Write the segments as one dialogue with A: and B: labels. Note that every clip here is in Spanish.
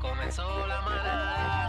A: comenzó la manada.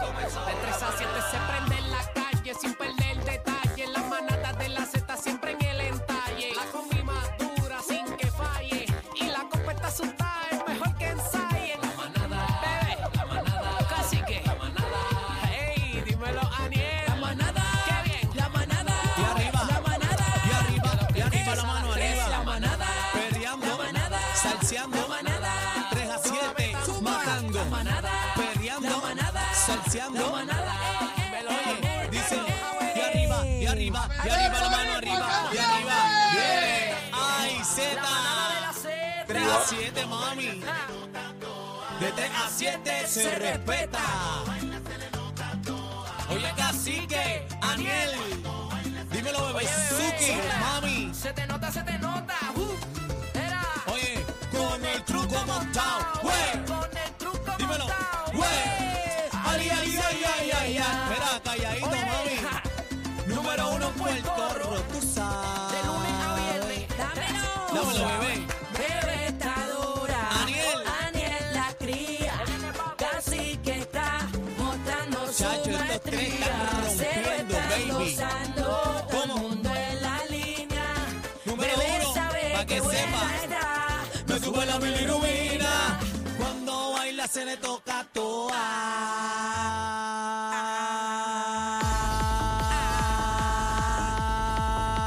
A: Comenzó
B: De 3 a 7 se prende en la calle sin perder detalle. La manada de la Z siempre en el entalle. La combi más dura sin que falle. Y la copa está asustada, es mejor que ensayen. La manada, bebé, la manada, casi que. La manada, hey, dímelo Aniel. La manada, qué bien. La manada,
C: Y arriba.
B: la manada,
C: Y arriba, y arriba la
B: Tres a
C: mano
B: las tres,
C: arriba.
B: La manada,
C: Perreando,
B: la manada,
C: salseando,
B: la manada,
C: 3 a 7,
B: Zumba.
C: matando,
B: La manada, la
C: perreando,
B: manada,
C: salseando,
B: la manada, eh, eh,
C: Velo,
B: eh,
C: oye,
B: eh,
C: dice,
B: eh,
C: y
B: eh,
C: arriba, y
B: eh.
C: arriba, y arriba la mano arriba, y arriba, bien, ay,
B: La manada de la
C: Z, 3 a 7, mami, de 3 a 7 se respeta. Oye, cacique, Aniel, dímelo, bebé, Suki, mami.
B: Se te nota, se te nota. Uh, era.
C: Oye, con el truco ¡eh! montado, güey.
B: Con el truco
C: Dímelo,
B: montado,
C: güey.
B: eh.
C: Ay, ay, ay, ay, ay, ay. Espera, calladito,
B: Oye, ja.
C: mami. Número uno en Puerto Rico, tú sabes.
B: De lunes a viernes. Dámelo.
C: Dámelo, bebé.
B: Bebé está dura.
C: Aniel.
B: Aniel la cría. Casi que está mostrando su
C: Chacho, estos
B: maestría.
C: tres están
B: Se lo
C: rompiendo,
B: están
C: baby.
B: gozando. Todo el
C: ¿Cómo?
B: mundo en la línea.
C: Número
B: bebé
C: uno,
B: sabe
C: pa' que
B: buena
C: sepa.
B: está.
C: Me sube la bilirubina. Cuando baila se le toca a
B: Ah.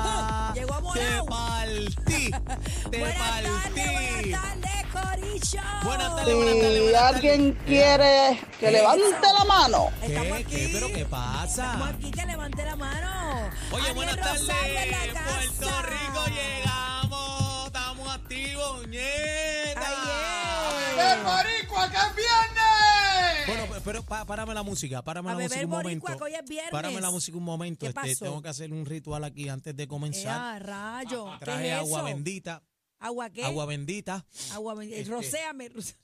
C: toa.
D: Llegó a
C: Te
D: volar.
C: partí, te
D: Buenas tardes,
C: partí.
D: buenas tardes, Corillo.
C: Buenas tardes, buenas tardes,
E: Si
C: buenas tardes.
E: alguien quiere que levante la mano.
D: Estamos
C: ¿Qué?
D: aquí.
C: ¿Qué? ¿Pero qué
D: Estamos
C: pasa?
D: aquí, que levante la mano.
C: Oye,
D: Ariel
C: buenas tardes.
D: Rosario en la
C: Puerto
D: casa.
C: Rico llegamos. Estamos activos,
D: Ay, eh.
C: ñeta.
D: yeah.
E: ¡El marico, acá es viernes!
C: Bueno, pe- pero pa- párame la música, párame
D: A
C: la
D: beber
C: música un
D: boricua,
C: momento.
D: que hoy es viernes.
C: Párame la música un momento.
D: ¿Qué
C: este,
D: pasó?
C: tengo que hacer un ritual aquí antes de comenzar.
D: Ea, ah, rayo. ¿Qué
C: Traje
D: es eso?
C: agua bendita,
D: ¿Agua qué?
C: agua bendita.
D: Agua bendita.
C: Este-
D: Rocéame. roce-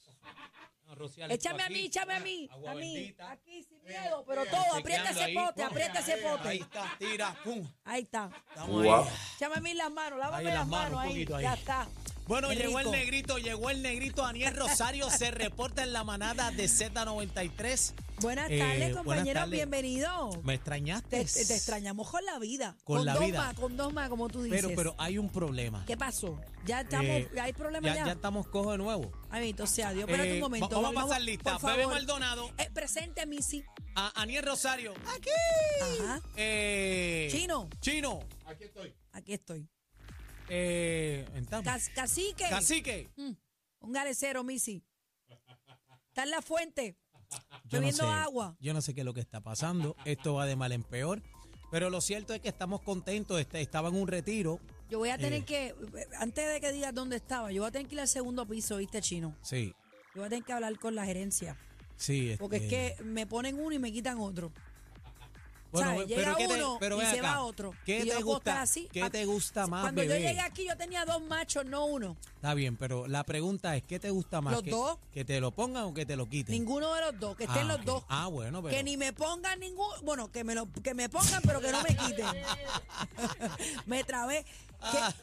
D: Échame a mí, échame a mí.
C: Ah, Agua
D: a mí.
C: bendita. Eh,
D: Aquí sin miedo, pero todo. Aprieta ese pote, aprieta ese
C: Ahí
D: pote.
C: está, tira, pum.
D: Ahí está.
C: Estamos ahí.
D: Échame a mí las manos, lávame
C: las
D: las
C: manos,
D: manos
C: un
D: ahí.
C: poquito ahí.
D: Ya está.
C: Bueno,
D: Qué
C: llegó el
D: rico.
C: negrito, llegó el negrito. Daniel Rosario se reporta en la manada de Z93.
D: Buenas
C: Eh,
D: tardes,
C: buenas
D: compañeros.
C: tardes.
D: Bienvenido.
C: Me extrañaste.
D: Te, te- te extrañamos con la vida.
C: Con la
D: dos
C: vida.
D: más, con dos más, como tú dices.
C: Pero, pero hay un problema.
D: ¿Qué pasó? Ya estamos,
C: Eh,
D: hay problemas
C: ya,
D: ya.
C: ya estamos cojos de nuevo.
D: Ay, entonces, adiós. Espérate
C: Eh,
D: un momento.
C: va- vamos a pasar
D: por
C: lista.
D: favor.
C: Bebé Maldonado.
D: Eh, presente, Missy.
C: A Aniel Rosario. Aquí.
D: Ajá.
C: Eh,
D: Chino.
C: Chino.
D: Aquí estoy.
C: Eh, entramos.
D: Cas- cacique.
C: Cacique.
D: Mm, un galecero, Missy. Está en la fuente.
C: Yo no
D: Bebiendo
C: sé,
D: agua.
C: Yo no sé qué es lo que está pasando. Esto va de mal en peor. Pero lo cierto es que estamos contentos. Este, estaba en un retiro.
D: Yo voy a tener
C: Eh.
D: que, eh, antes de que digas dónde estaba, yo voy a tener que ir al segundo piso, ¿viste, chino?
C: Sí,
D: Yo voy a tener que hablar con la gerencia.
C: sí.
D: Porque
C: este,
D: es que me ponen uno y me quitan otro. ¿sabes?
C: ve-
D: Llega
C: ¿qué te-
D: uno
C: pero
D: y
C: ve
D: se
C: acá.
D: va otro.
C: ¿Qué
D: Y yo
C: te
D: puedo estar
C: gusta?
D: así.
C: ¿Qué
D: Ah,
C: te gusta más,
D: Cuando
C: bebé? Ah,
D: yo llegué aquí yo tenía dos machos, no uno.
C: Está bien, pero la pregunta es, ¿qué te gusta más?
D: Los
C: ¿Que,
D: dos.
C: que te lo pongan o que te lo quiten?
D: Ninguno de los dos, que estén
C: Ah,
D: los dos.
C: Ah, bueno, pero...
D: Que ni me pongan ningún, bueno, que me lo, que me pongan, pero que no me quiten. me trabé.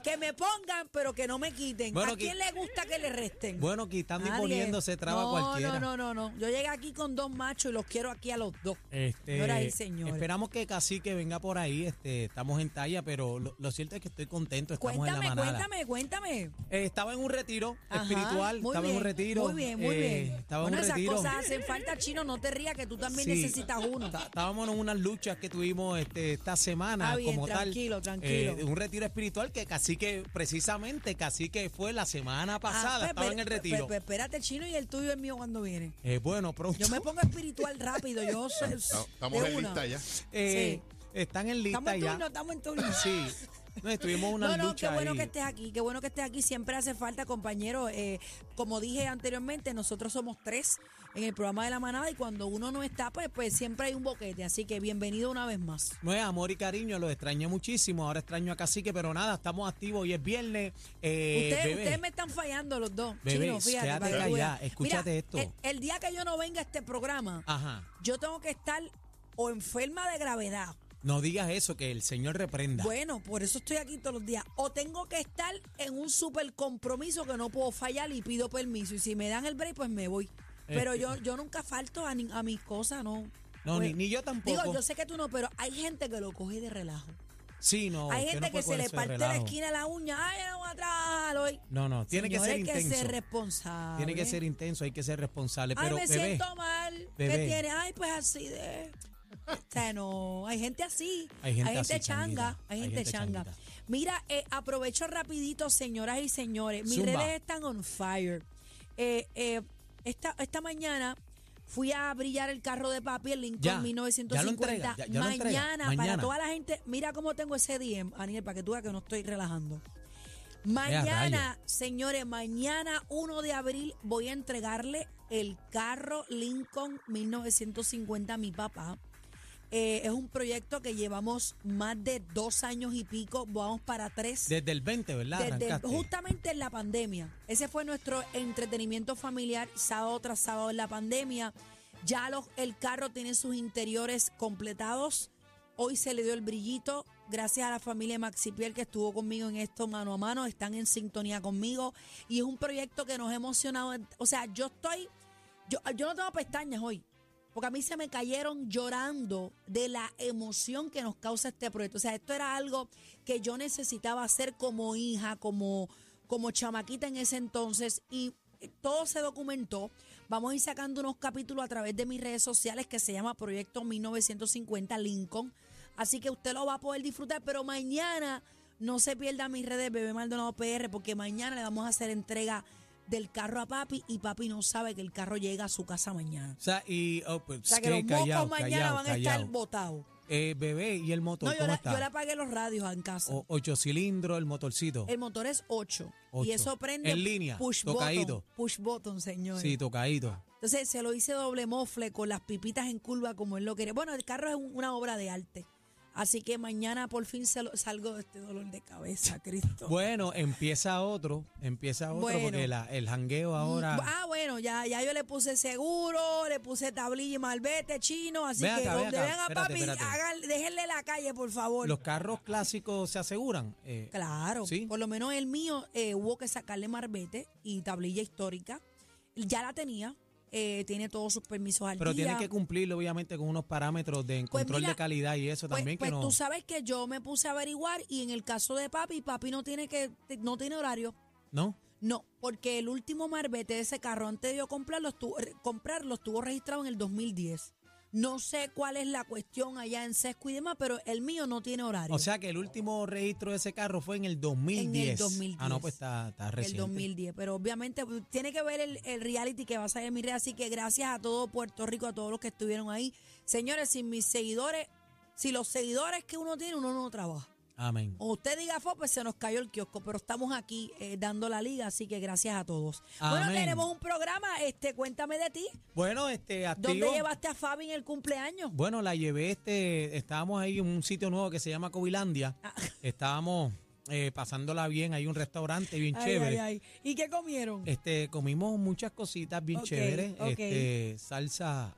D: Que, que me pongan, pero que no me quiten.
C: Ah. Bueno,
D: ¿A
C: que-
D: quién le gusta que le resten?
C: Bueno, quitando y
D: Nadie.
C: poniéndose traba
D: no,
C: cualquiera.
D: No, no, no, no. Yo llegué aquí con dos machos y los quiero aquí a los dos.
C: Este,
D: Señoras y señores.
C: Esperamos que Cacique venga por ahí. Este, estamos en talla, pero lo, lo cierto es que estoy contento. Estamos en
D: Cuéntame,
C: la manada.
D: cuéntame, cuéntame.
C: Eh, estaba en un retiro
D: Ajá,
C: espiritual.
D: muy
C: Estaba en
D: bien,
C: un retiro.
D: Muy bien, muy
C: eh,
D: bien.
C: Estaba en
D: bueno,
C: un
D: esas
C: retiro.
D: cosas hacen falta, Chino. No te rías, que tú también
C: Sí.
D: necesitas uno.
C: Ta- Estábamos en unas luchas que tuvimos este, esta semana
D: Ah, bien,
C: como
D: tranquilo,
C: tal.
D: tranquilo.
C: eh, un retiro espiritual que casi que, precisamente, casi que fue la semana pasada.
D: Ah,
C: estaba
D: pe-
C: en el
D: pe-
C: retiro.
D: pe- espérate, Chino, y el tuyo y el mío cuando viene.
C: Eh, bueno, pronto.
D: pues. Yo me pongo espiritual rápido. Yo soy-
F: No, Estamos
D: de
F: en
D: una.
F: lista ya.
C: Eh, Están en lista
D: Estamos en
C: ya.
D: turno, estamos en turno.
C: Sí. No, estuvimos en una
D: No, no,
C: lucha
D: qué bueno
C: ahí.
D: que estés aquí, qué bueno que estés aquí. Siempre hace falta, compañero. Eh, como dije anteriormente, nosotros somos tres en el programa de la manada y cuando uno no está, pues, pues siempre hay un boquete. Así que bienvenido una vez más.
C: No es amor y cariño, los extrañé muchísimo. Ahora extraño a Cacique, pero nada, estamos activos. Hoy es viernes. Eh,
D: ustedes,
C: bebé,
D: ustedes me están fallando los dos.
C: Bebé,
D: Chino, fíjate.
C: quédate
D: para que tú
C: callada,
D: veas.
C: escúchate
D: Mira,
C: esto. Ah.
D: El, el día que yo no venga a este programa,
C: Ajá.
D: yo tengo que estar o enferma de gravedad.
C: No digas eso, que el Señor reprenda.
D: Bueno, por eso estoy aquí todos los días. O tengo que estar
C: Eh.
D: en un super compromiso que no puedo fallar y pido permiso. Y si me dan el break, pues me voy. Pero yo, yo nunca falto a, nin- a mis cosas, ¿no?
C: No,
D: Pues,
C: ni, ni yo tampoco.
D: Digo, yo sé que tú no, pero hay gente que lo coge de relajo.
C: sí, no,
D: hay
C: usted
D: gente
C: no
D: que
C: puede
D: se le
C: cogerse de
D: parte la
C: relajo.
D: esquina de la uña. Ay, yo no voy a trabajar hoy.
C: No, no, tiene que ser
D: Señores,
C: intenso.
D: ser responsable.
C: tiene que ser intenso, hay que ser responsable.
D: Ay,
C: pero
D: me
C: bebé,
D: siento mal.
C: bebé.
D: ¿Qué tiene? Ay, pues así de. O sea, no, hay gente así.
C: Hay gente así,
D: changa.
C: changuita.
D: Hay gente, changa.
C: changuita.
D: Mira, eh, aprovecho rapidito, señoras y señores. Mis
C: Zumba.
D: redes están on fire. Eh, eh, esta, esta mañana fui a brillar el carro de papi, el Lincoln
C: Ya, ya lo
D: 1950.
C: entrega, ya- ya lo entrega,
D: mañana,
C: mañana.
D: para toda la gente. Mira cómo tengo ese DM, Aniel, para que tú veas que no estoy relajando.
C: Ea,
D: Mañana, señores, mañana 1 de abril voy a entregarle el carro Lincoln 1950 a mi papá. Eh, es un proyecto que llevamos más de dos años y pico, vamos para tres.
C: Desde el 20, ¿verdad?
D: Desde-
C: Arrancaste.
D: justamente en la pandemia. Ese fue nuestro entretenimiento familiar sábado tras sábado en la pandemia. Ya los, el carro tiene sus interiores completados. Hoy se le dio el brillito. Gracias a la familia Maxipiel que estuvo conmigo en esto mano a mano. Están en sintonía conmigo. Y es un proyecto que nos ha emocionado. O sea, yo estoy. Yo, yo no tengo pestañas hoy. Porque a mí se me cayeron llorando de la emoción que nos causa este proyecto. O sea, esto era algo que yo necesitaba hacer como hija, como, como chamaquita en ese entonces. Y todo se documentó. Vamos a ir sacando unos capítulos a través de mis redes sociales que se llama Proyecto 1950 Lincoln. Así que usted lo va a poder disfrutar, pero mañana no se pierda mis redes Bebé Maldonado PR porque mañana le vamos a hacer entrega del carro a papi y papi no sabe que el carro llega a su casa mañana.
C: O sea, y. oh, pues,
D: O sea, que los
C: qué
D: mocos
C: callao,
D: mañana
C: callao,
D: van a
C: callao.
D: estar botados.
C: Eh, bebé, ¿y el motor?
D: No, yo
C: ¿Cómo
D: le,
C: está? Oh,
D: yo le apagué los radios en casa.
C: O- ocho cilindros, el motorcito.
D: El motor es 8.
C: oh. Ocho.
D: Y eso prende
C: En línea,
D: push
C: tocadito.
D: button. Push button, señor.
C: sí, tocadito.
D: Entonces se lo hice doble mofle con las pipitas en curva como él lo quería. Bueno, el carro es un- una obra de arte. Así que mañana por fin se lo- salgo de este dolor de cabeza, Cristo.
C: Bueno, empieza otro, empieza otro,
D: Bueno.
C: porque la- el jangueo ahora.
D: Ah, bueno, ya, ya yo le puse seguro, le puse tablilla y malvete chino, así
C: Ven
D: que
C: acá, ven
D: donde
C: acá.
D: vean a
C: Espérate,
D: papi,
C: espérate.
D: hagan- déjenle la calle, por favor.
C: los carros clásicos se aseguran. Eh,
D: Claro,
C: Sí.
D: por lo menos el mío eh, hubo que sacarle marbete y tablilla histórica. Ya la tenía, eh, tiene todos sus permisos al
C: Pero
D: día.
C: tiene que cumplirlo, obviamente, con unos parámetros de
D: Pues
C: control
D: mira,
C: de calidad y eso
D: Pues,
C: también.
D: pues
C: que no,
D: tú sabes que yo me puse a averiguar y en el caso de papi, papi no tiene que no tiene horario.
C: ¿No?
D: No, porque el último marbete de ese carro antes de yo comprarlo estuvo, re- comprarlo estuvo registrado en el 2010. No sé cuál es la cuestión allá en Sesco y demás, pero el mío no tiene horario.
C: O sea que el último registro de ese carro fue en el 2010.
D: 2010.
C: Ah, no, pues está, está
D: el
C: reciente.
D: 2010. Pero obviamente pues, tiene que ver el, el reality que va a salir en mi red. Así que gracias a todo Puerto Rico, a todos los que estuvieron ahí. Señores, sin mis seguidores, si los seguidores que uno tiene, uno no trabaja.
C: Amén.
D: O usted diga, fue, pues se nos cayó el kiosco, pero estamos aquí eh, dando la liga, así que gracias a todos. Bueno,
C: Amén.
D: tenemos un programa, este, cuéntame de ti.
C: Bueno, este,
D: ¿Dónde
C: activo.
D: llevaste a Fabi en el cumpleaños?
C: Bueno, la llevé, este, estábamos ahí en un sitio nuevo que se llama Covilandia.
D: Ah.
C: Estábamos eh, pasándola bien, hay un restaurante bien
D: Ay,
C: chévere.
D: ay, ay. ¿Y qué comieron?
C: Este, comimos muchas cositas bien
D: Ok,
C: chéveres.
D: ok.
C: Este, salsa.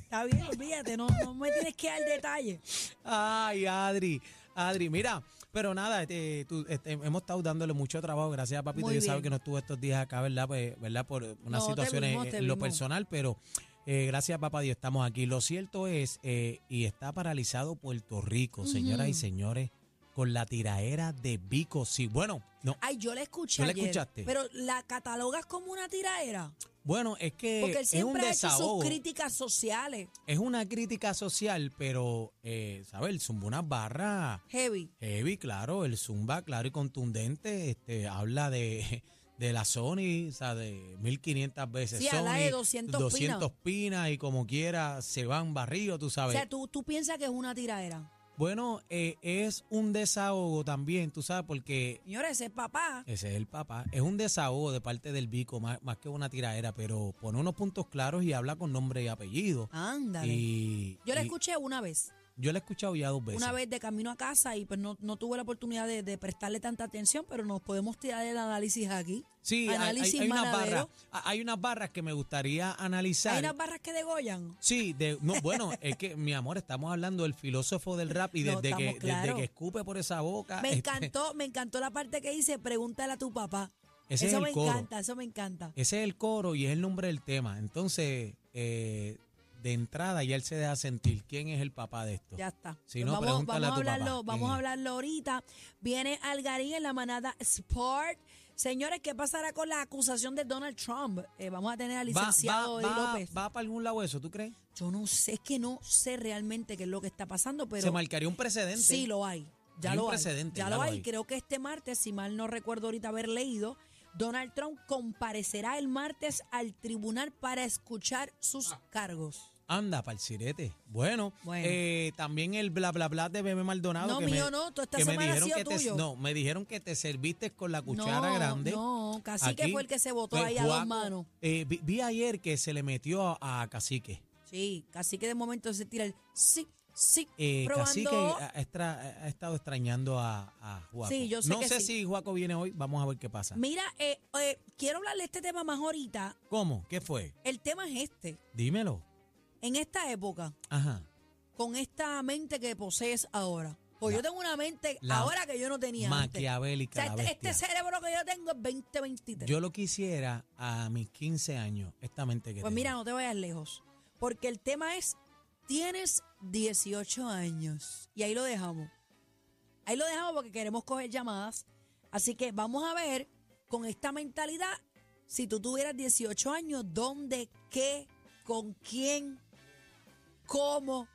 D: Está bien, olvídate, no, no me tienes que dar detalle.
C: Ay, Adri, Adri, mira, pero nada, este, tú- este, hemos estado dándole mucho trabajo, gracias a papito,
D: Muy
C: yo sabe
D: bien.
C: que no estuvo estos días acá, ¿verdad? Pues, ¿verdad? Por unas
D: No, te
C: situaciones
D: vimos,
C: en
D: te
C: lo
D: vimos.
C: personal, pero eh, gracias a papá Dios estamos aquí. Lo cierto es, eh, y está paralizado Puerto Rico, señoras y
D: Ujú.
C: señores, con la tiraera de Vico. Sí, bueno, no,
D: Ay, yo la escuché
C: ¿Tú la
D: ayer,
C: escuchaste?
D: Pero la catalogas como una tiraera.
C: bueno, es que
D: Porque él
C: es un
D: siempre ha hecho
C: desahogo.
D: sus críticas sociales.
C: Es una crítica social, pero, eh, ¿sabes? Él Zumbó unas barras
D: Heavy.
C: heavy, claro, el zumba, claro y contundente. Este, habla de, de la Sony, o sea, de 1500 veces
D: Sí,
C: Sony.
D: habla de 200 pinas.
C: 200 pinas y como quiera se van barrido, tú
D: O
C: sabes.
D: sea, tú, tú piensas que es una tiraera.
C: bueno, eh, es un desahogo también, tú sabes, porque
D: Señores, ese es papá.
C: ese es el papá. Es un desahogo de parte del Vico, más, más que una tiraera, pero pone unos puntos claros y habla con nombre y apellido.
D: Ándale.
C: Y,
D: yo la
C: y Pues
D: escuché una vez.
C: yo la he escuchado ya dos veces.
D: Una vez de camino a casa y pues no, no tuve la oportunidad de, de prestarle tanta atención, pero nos podemos tirar el análisis aquí.
C: Sí, hay- hay,
D: Análisis
C: hay unas
D: manadero.
C: barras, hay unas barras que me gustaría analizar.
D: Hay unas barras que degollan.
C: Sí, de, no, bueno, es que mi amor, estamos hablando del filósofo del rap y
D: No,
C: desde, que,
D: estamos
C: desde
D: claro.
C: que escupe por esa boca.
D: Me
C: este,
D: encantó, me encantó la parte que dice, pregúntale a tu papá.
C: Ese
D: eso
C: es
D: me
C: el coro.
D: encanta, eso me encanta.
C: Ese es el coro y es el nombre del tema. Entonces, eh, de entrada ya él se deja sentir quién es el papá de esto.
D: Ya está. Pues
C: Si no, pregúntale
D: vamos
C: a tu papá.
D: hablarlo, Vamos
C: ¿Quién
D: a
C: es?
D: hablarlo ahorita. Viene Algarín en la manada Sport. Señores, ¿qué pasará con la acusación de Donald Trump? Eh, vamos a tener al
C: Va-
D: licenciado
C: va,
D: Eddie
C: va-
D: López.
C: va para algún lado eso, ¿tú crees?
D: Yo no sé, es que no sé realmente qué es lo que está pasando, pero
C: se marcaría un precedente.
D: sí lo hay. Ya
C: Hay un
D: lo hay.
C: precedente,
D: Ya,
C: ya
D: lo
C: lo
D: hay.
C: hay.
D: Creo que este martes, si mal no recuerdo ahorita haber leído, Donald Trump comparecerá el martes al tribunal para escuchar sus
C: Ah.
D: cargos.
C: Anda, para el sirete. Bueno,
D: Bueno.
C: eh, también el bla bla bla de Bebé Maldonado.
D: No,
C: que
D: mío
C: me,
D: no, toda esta
C: que me
D: semana ha
C: dijeron
D: sido
C: que te-
D: tuyo.
C: No, me dijeron que te serviste con la cuchara grande.
D: No, Cacique
C: Aquí,
D: fue el que se votó
C: pues,
D: ahí a dos
C: Juaco,
D: manos.
C: eh, vi, vi ayer que se le metió a, a Cacique.
D: Sí, Cacique de momento se tira el sí, sí,
C: Eh, Cacique
D: probando.
C: ha, ha estra- ha estado extrañando a, a Juaco.
D: Sí, yo sé
C: no
D: que
C: sé
D: sí.
C: si Juaco viene hoy, vamos a ver qué pasa.
D: Mira, eh, eh, quiero hablar de este tema más ahorita.
C: ¿Cómo? ¿Qué fue?
D: El tema es este.
C: Dímelo.
D: En esta época,
C: Ajá.
D: con esta mente que posees ahora. Pues yo tengo una mente
C: la
D: ahora que yo no tenía antes. O
C: Maquiavélica
D: sea,
C: la
D: este, este
C: bestia.
D: cerebro que yo tengo es 2023.
C: Yo lo quisiera a mis 15 años, esta mente que
D: pues mira,
C: tengo.
D: no te vayas lejos. Porque el tema es, tienes 18 años. Y ahí lo dejamos. Ahí lo dejamos porque queremos coger llamadas. Así que vamos a ver con esta mentalidad, si tú tuvieras 18 años, ¿dónde, qué, con quién, cómo?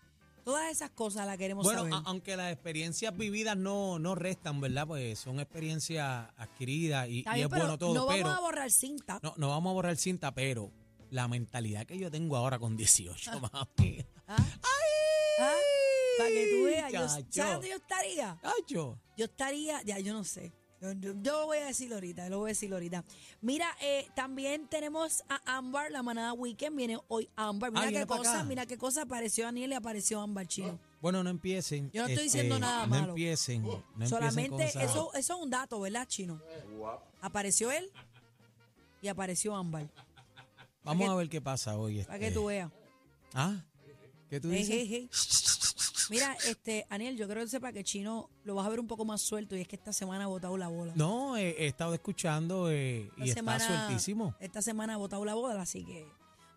D: Todas esas cosas las queremos
C: Bueno,
D: saber.
C: a- aunque las experiencias vividas no, no restan, ¿verdad? Pues son experiencias adquiridas y,
D: Está
C: y
D: bien,
C: es bueno todo,
D: no
C: pero
D: vamos a borrar cinta.
C: no, no vamos a borrar cinta, pero la mentalidad que yo tengo ahora con 18, mami.
D: ¿Ah? ¿Ah? Para que tú veas, yo, ¿sabes
C: Chacho.
D: dónde yo estaría?
C: Cacho.
D: Yo estaría, ya yo no sé. Yo, yo- yo lo voy a decir ahorita, lo voy a decir ahorita. Mira, eh, también tenemos a Ámbar, la manada Weekend, viene hoy Ámbar. Mira
C: Ah,
D: qué
C: viene pa'
D: cosa,
C: acá.
D: mira qué cosa, apareció Daniel y apareció Ámbar Chino.
C: Bueno, no empiecen. este,
D: Yo no estoy diciendo nada malo.
C: No empiecen. No empiecen con
D: Solamente,
C: esa-
D: eso, eso es un dato, ¿verdad, Chino? Apareció él y apareció Ámbar, pa'
C: Vamos
D: que-
C: a ver qué pasa hoy.
D: para
C: este.
D: que tú veas.
C: Ah, ¿qué tú
D: Ey,
C: dices?
D: ey, ey. Mira, este, Aniel, yo creo que sepa que Chino lo vas a ver un poco más suelto y es que esta semana ha botado la bola.
C: No, eh, he estado escuchando eh, y
D: Esta
C: está
D: semana-
C: sueltísimo.
D: Esta semana ha botado la bola, así que.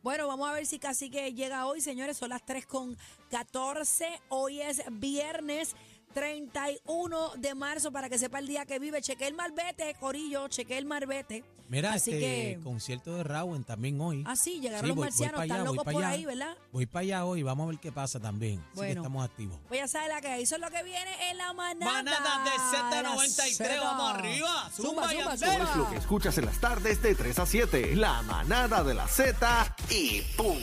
D: Bueno, vamos a ver si casi que llega hoy, señores. Son las 3 con 14. Hoy es viernes 31 de marzo. Para que sepa el día que vive, cheque el malvete, Corillo, cheque el malvete.
C: Mira,
D: así
C: este
D: que.
C: concierto de Rawen también hoy.
D: Ah, sí, llegaron
C: Sí,
D: los
C: voy- voy
D: marcianos.
C: pa' allá,
D: Están
C: voy
D: locos
C: pa'
D: por
C: allá.
D: ahí, ¿verdad?
C: Voy para allá hoy, vamos a ver qué pasa también. Así que
D: Bueno.
C: estamos activos.
D: Pues ya sabes la que ahí. Son lo que viene en la manada. Z. Zumba, zumba,
F: Todo
D: zumba.
F: es lo que escuchas en las tardes de 3 a 7. La manada de la Z y punto.